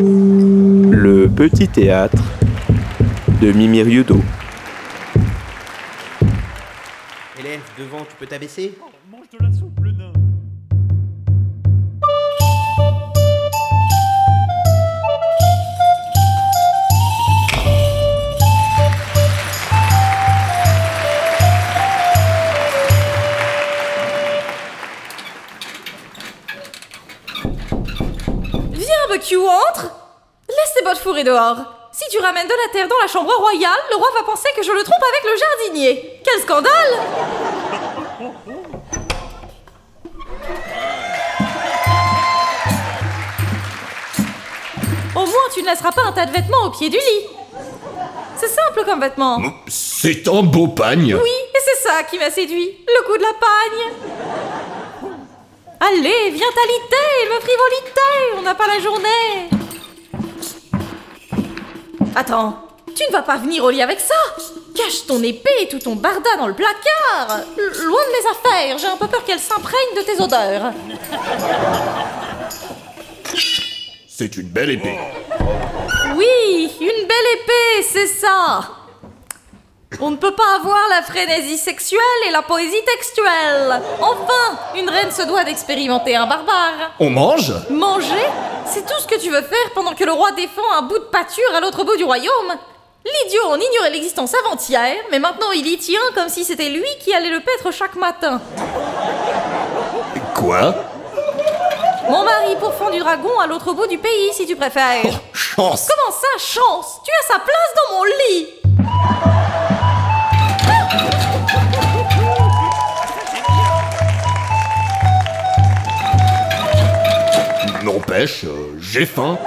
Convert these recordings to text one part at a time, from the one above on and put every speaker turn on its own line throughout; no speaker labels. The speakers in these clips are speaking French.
Le petit théâtre de Mimi Riudo.
Élève, devant, tu peux t'abaisser
mange de la soupe, le nain.
Viens, Bucky, ou entre Laisse tes bottes fourrées dehors Si tu ramènes de la terre dans la chambre royale, le roi va penser que je le trompe avec le jardinier Quel scandale Au moins, tu ne laisseras pas un tas de vêtements au pied du lit C'est simple comme vêtement
C'est un beau pagne.
Oui, et c'est ça qui m'a séduit, le coup de la pagne. Allez, viens t'aliter, me frivoliter, on n'a pas la journée. Attends, tu ne vas pas venir au lit avec ça Cache ton épée et tout ton barda dans le placard L- Loin de mes affaires, j'ai un peu peur qu'elle s'imprègne de tes odeurs.
C'est une belle épée.
Oui, une belle épée, c'est ça. On ne peut pas avoir la frénésie sexuelle et la poésie textuelle. Enfin, une reine se doit d'expérimenter un barbare.
On mange
Manger, c'est tout ce que tu veux faire pendant que le roi défend un bout de pâture à l'autre bout du royaume. L'idiot en ignorait l'existence avant-hier, mais maintenant il y tient comme si c'était lui qui allait le paître chaque matin.
Quoi
Mon mari pourfend du dragon à l'autre bout du pays, si tu préfères.
Oh, Chance
Comment ça, chance Tu as sa place dans mon lit
N'empêche, euh, j'ai faim.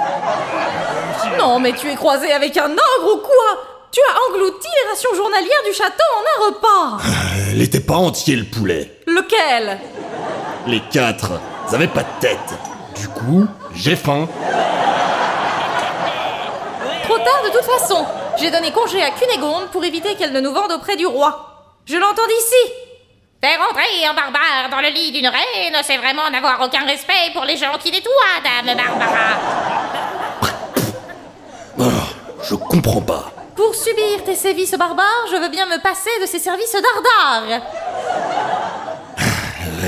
Non, mais tu es croisé avec un ogre ou quoi Tu as englouti les rations journalières du château en un repas
Elle n'était pas entier le poulet.
Lequel
Les quatre, ils avaient pas de tête. Du coup, j'ai faim.
Trop tard de toute façon J'ai donné congé à Cunégonde pour éviter qu'elle ne nous vende auprès du roi. Je l'entends d'ici
Faire entrer un barbare dans le lit d'une reine, c'est vraiment n'avoir aucun respect pour les gens qui nettoient, dame Barbara.
Ah, je comprends pas.
Pour subir tes sévices barbares, je veux bien me passer de ces services d'ardard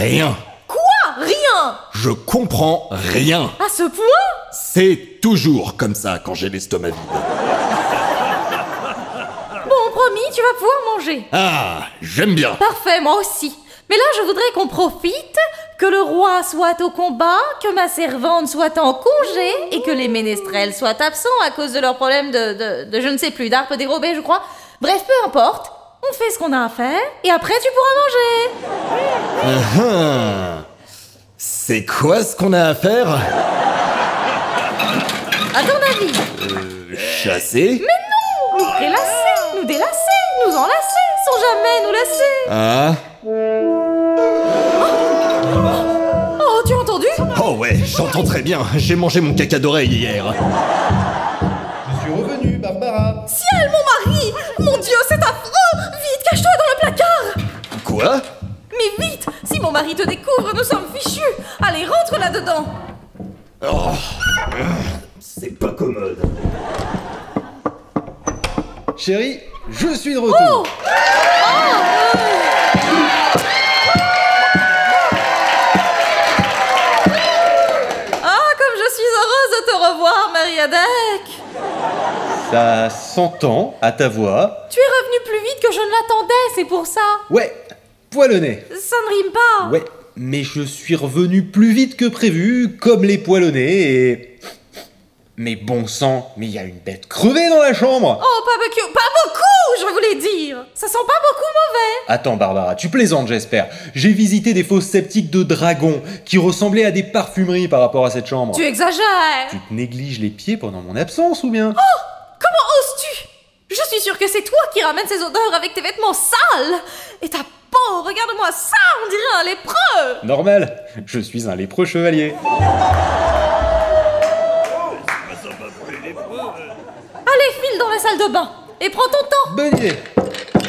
Rien.
Quoi Rien
Je comprends rien.
À ce point
C'est toujours comme ça quand j'ai l'estomac vide.
Bon, promis, tu vas pouvoir manger.
Ah, j'aime bien.
Parfait, moi aussi. Mais là, je voudrais qu'on profite, que le roi soit au combat, que ma servante soit en congé et que les ménestrels soient absents à cause de leurs problèmes de, de, de je ne sais plus, d'arpes dérobées, je crois. Bref, peu importe. On fait ce qu'on a à faire et après, tu pourras manger.
Hum. C'est quoi ce qu'on a à faire
À ton avis
Chasser
Nous prélasser, nous délasser, nous enlacer, sans jamais nous lasser.
Ah
Oh, tu as entendu
Oh ouais, j'entends très bien. J'ai mangé mon caca d'oreille hier.
Je suis revenu, Barbara.
Ciel, mon mari Mon Dieu, c'est affreux Vite, cache-toi dans le placard
Quoi
Mais vite Si mon mari te découvre, nous sommes fichus Allez, rentre là-dedans
C'est pas commode.
Chérie, je suis de retour.
Ah, comme je suis heureuse de te revoir, Mariadec
Ça s'entend à ta voix.
Tu es revenu plus vite que je ne l'attendais, c'est pour ça
Ouais, poilonné.
Ça ne rime pas
Ouais, mais je suis revenu plus vite que prévu, comme les poilonnés et. Mais bon sang, mais il y a une bête crevée dans la chambre
Oh, pas beaucoup Pas beaucoup, je voulais dire Ça sent pas beaucoup mauvais
Attends Barbara, tu plaisantes j'espère. J'ai visité des fosses sceptiques de dragons qui ressemblaient à des parfumeries par rapport à cette chambre.
Tu exagères
Oh. Tu te négliges les pieds pendant mon absence ou bien
Comment oses-tu Je suis sûre que c'est toi qui ramènes ces odeurs avec tes vêtements sales Et ta peau, regarde-moi ça, on dirait un lépreux
Normal, je suis un lépreux chevalier.
Allez, file dans la salle de bain Et prends ton temps
Bonne idée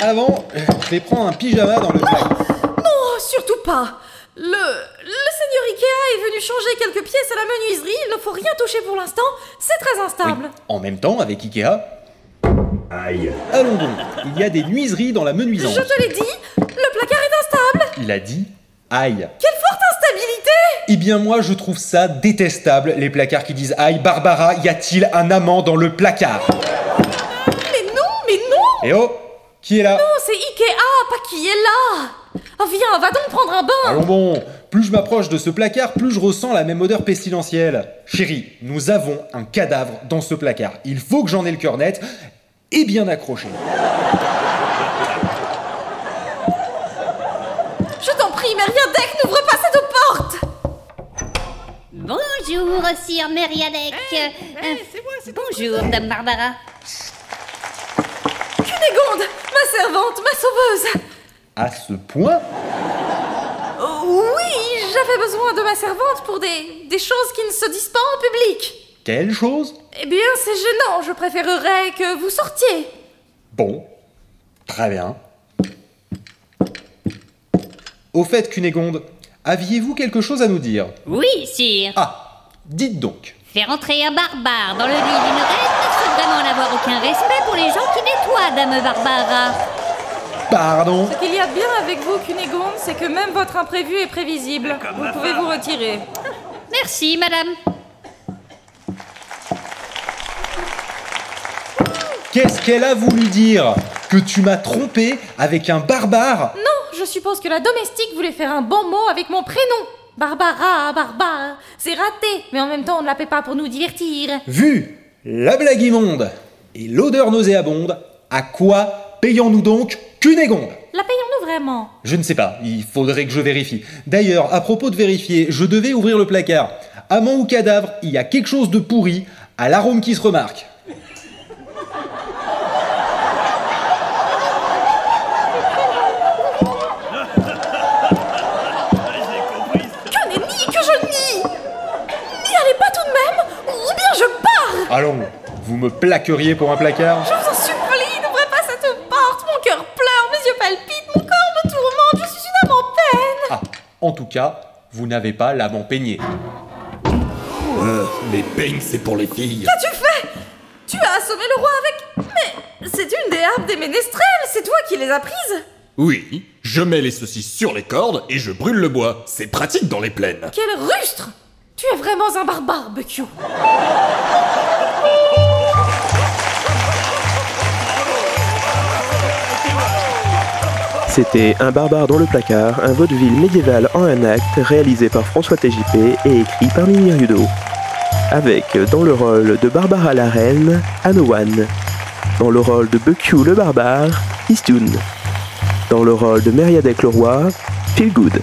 avant, euh, je vais prendre un pyjama dans le sac.
Non, Oh, surtout pas Le, le seigneur Ikea est venu changer quelques pièces à la menuiserie, il ne faut rien toucher pour l'instant, c'est très instable.
En même temps, avec Ikea. Aïe. Allons donc, il y a des nuiseries dans la menuisance.
Je te l'ai dit, le placard est instable
Il a dit aïe.
Quelle forte instabilité
Eh bien moi je trouve ça détestable, les placards qui disent aïe Barbara, y a-t-il un amant dans le placard
Mais non, mais non
Eh oh Qui est là
Non, c'est Ikea, pas qui est là Ah viens, va donc prendre un bain
Allons bon Plus je m'approche de ce placard, plus je ressens la même odeur pestilentielle. Chérie, nous avons un cadavre dans ce placard. Il faut que j'en ai le cœur net et bien accroché.
Je t'en prie, mais rien dès n'ouvre pas cette porte
Bonjour, Sir Meriadec.
Eh,
c'est moi, c'est Bonjour, Dame Barbara.
Cunégonde, ma servante, ma sauveuse
À ce point
Oui, j'avais besoin de ma servante pour des, des choses qui ne se disent pas en public.
Quelle chose
Eh bien, c'est gênant, je préférerais que vous sortiez.
Bon. Très bien. Au fait, Cunégonde, aviez-vous quelque chose à nous dire
Oui, Sire.
Ah, dites donc.
Faire entrer un barbare dans le lit d'une reine, c'est vraiment n'avoir aucun respect pour les gens qui nettoient, Dame Barbara.
Pardon
Ce qu'il y a de bien avec vous, Cunégonde, c'est que même votre imprévu est prévisible. Vous pouvez vous retirer.
Merci, Madame.
Qu'est-ce qu'elle a voulu dire Que tu m'as trompé avec un barbare
Non, Oh, je suppose que la domestique voulait faire un bon mot avec mon prénom. Barbara, Barbara, c'est raté, mais en même temps on ne l'appelle pas pour nous divertir.
Vu la blague immonde et l'odeur nauséabonde, à quoi payons-nous donc Cunégonde
La payons-nous vraiment
Je ne sais pas, il faudrait que je vérifie. D'ailleurs, à propos de vérifier, je devais ouvrir le placard. Amant ou cadavre, il y a quelque chose de pourri à l'arôme qui se remarque.
Que nenni, que je nie N'y allez pas tout de même, ou bien je pars
Allons, vous me plaqueriez pour un placard
Je vous en supplie, n'ouvrez pas cette porte, mon cœur pleure, mes yeux palpitent, mon corps me tourmente, je suis une âme en peine
Ah, en tout cas, vous n'avez pas l'amant peigné.
Les beignes, c'est pour les filles.
Qu'as-tu fait Tu as assommé le roi avec... Mais c'est une des harpes des ménestrels, c'est toi qui les as prises
Oui, je mets les saucisses sur les cordes et je brûle le bois. C'est pratique dans les plaines.
Quel rustre Tu es vraiment un barbare, Becchio
C'était Un barbare dans le placard, un vaudeville médiéval en un acte, réalisé par François TJP et écrit par Mimi Riudo. Avec, dans le rôle de Barbara la reine, Anowan. Dans le rôle de Buckyou le barbare, Istun. Dans le rôle de Meriadec le roi, Feelgood.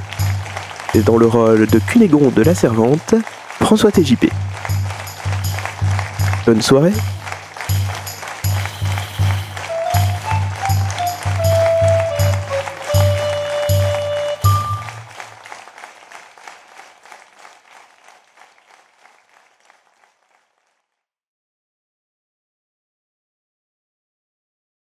Et dans le rôle de Cunégonde la servante, François TJP. Bonne soirée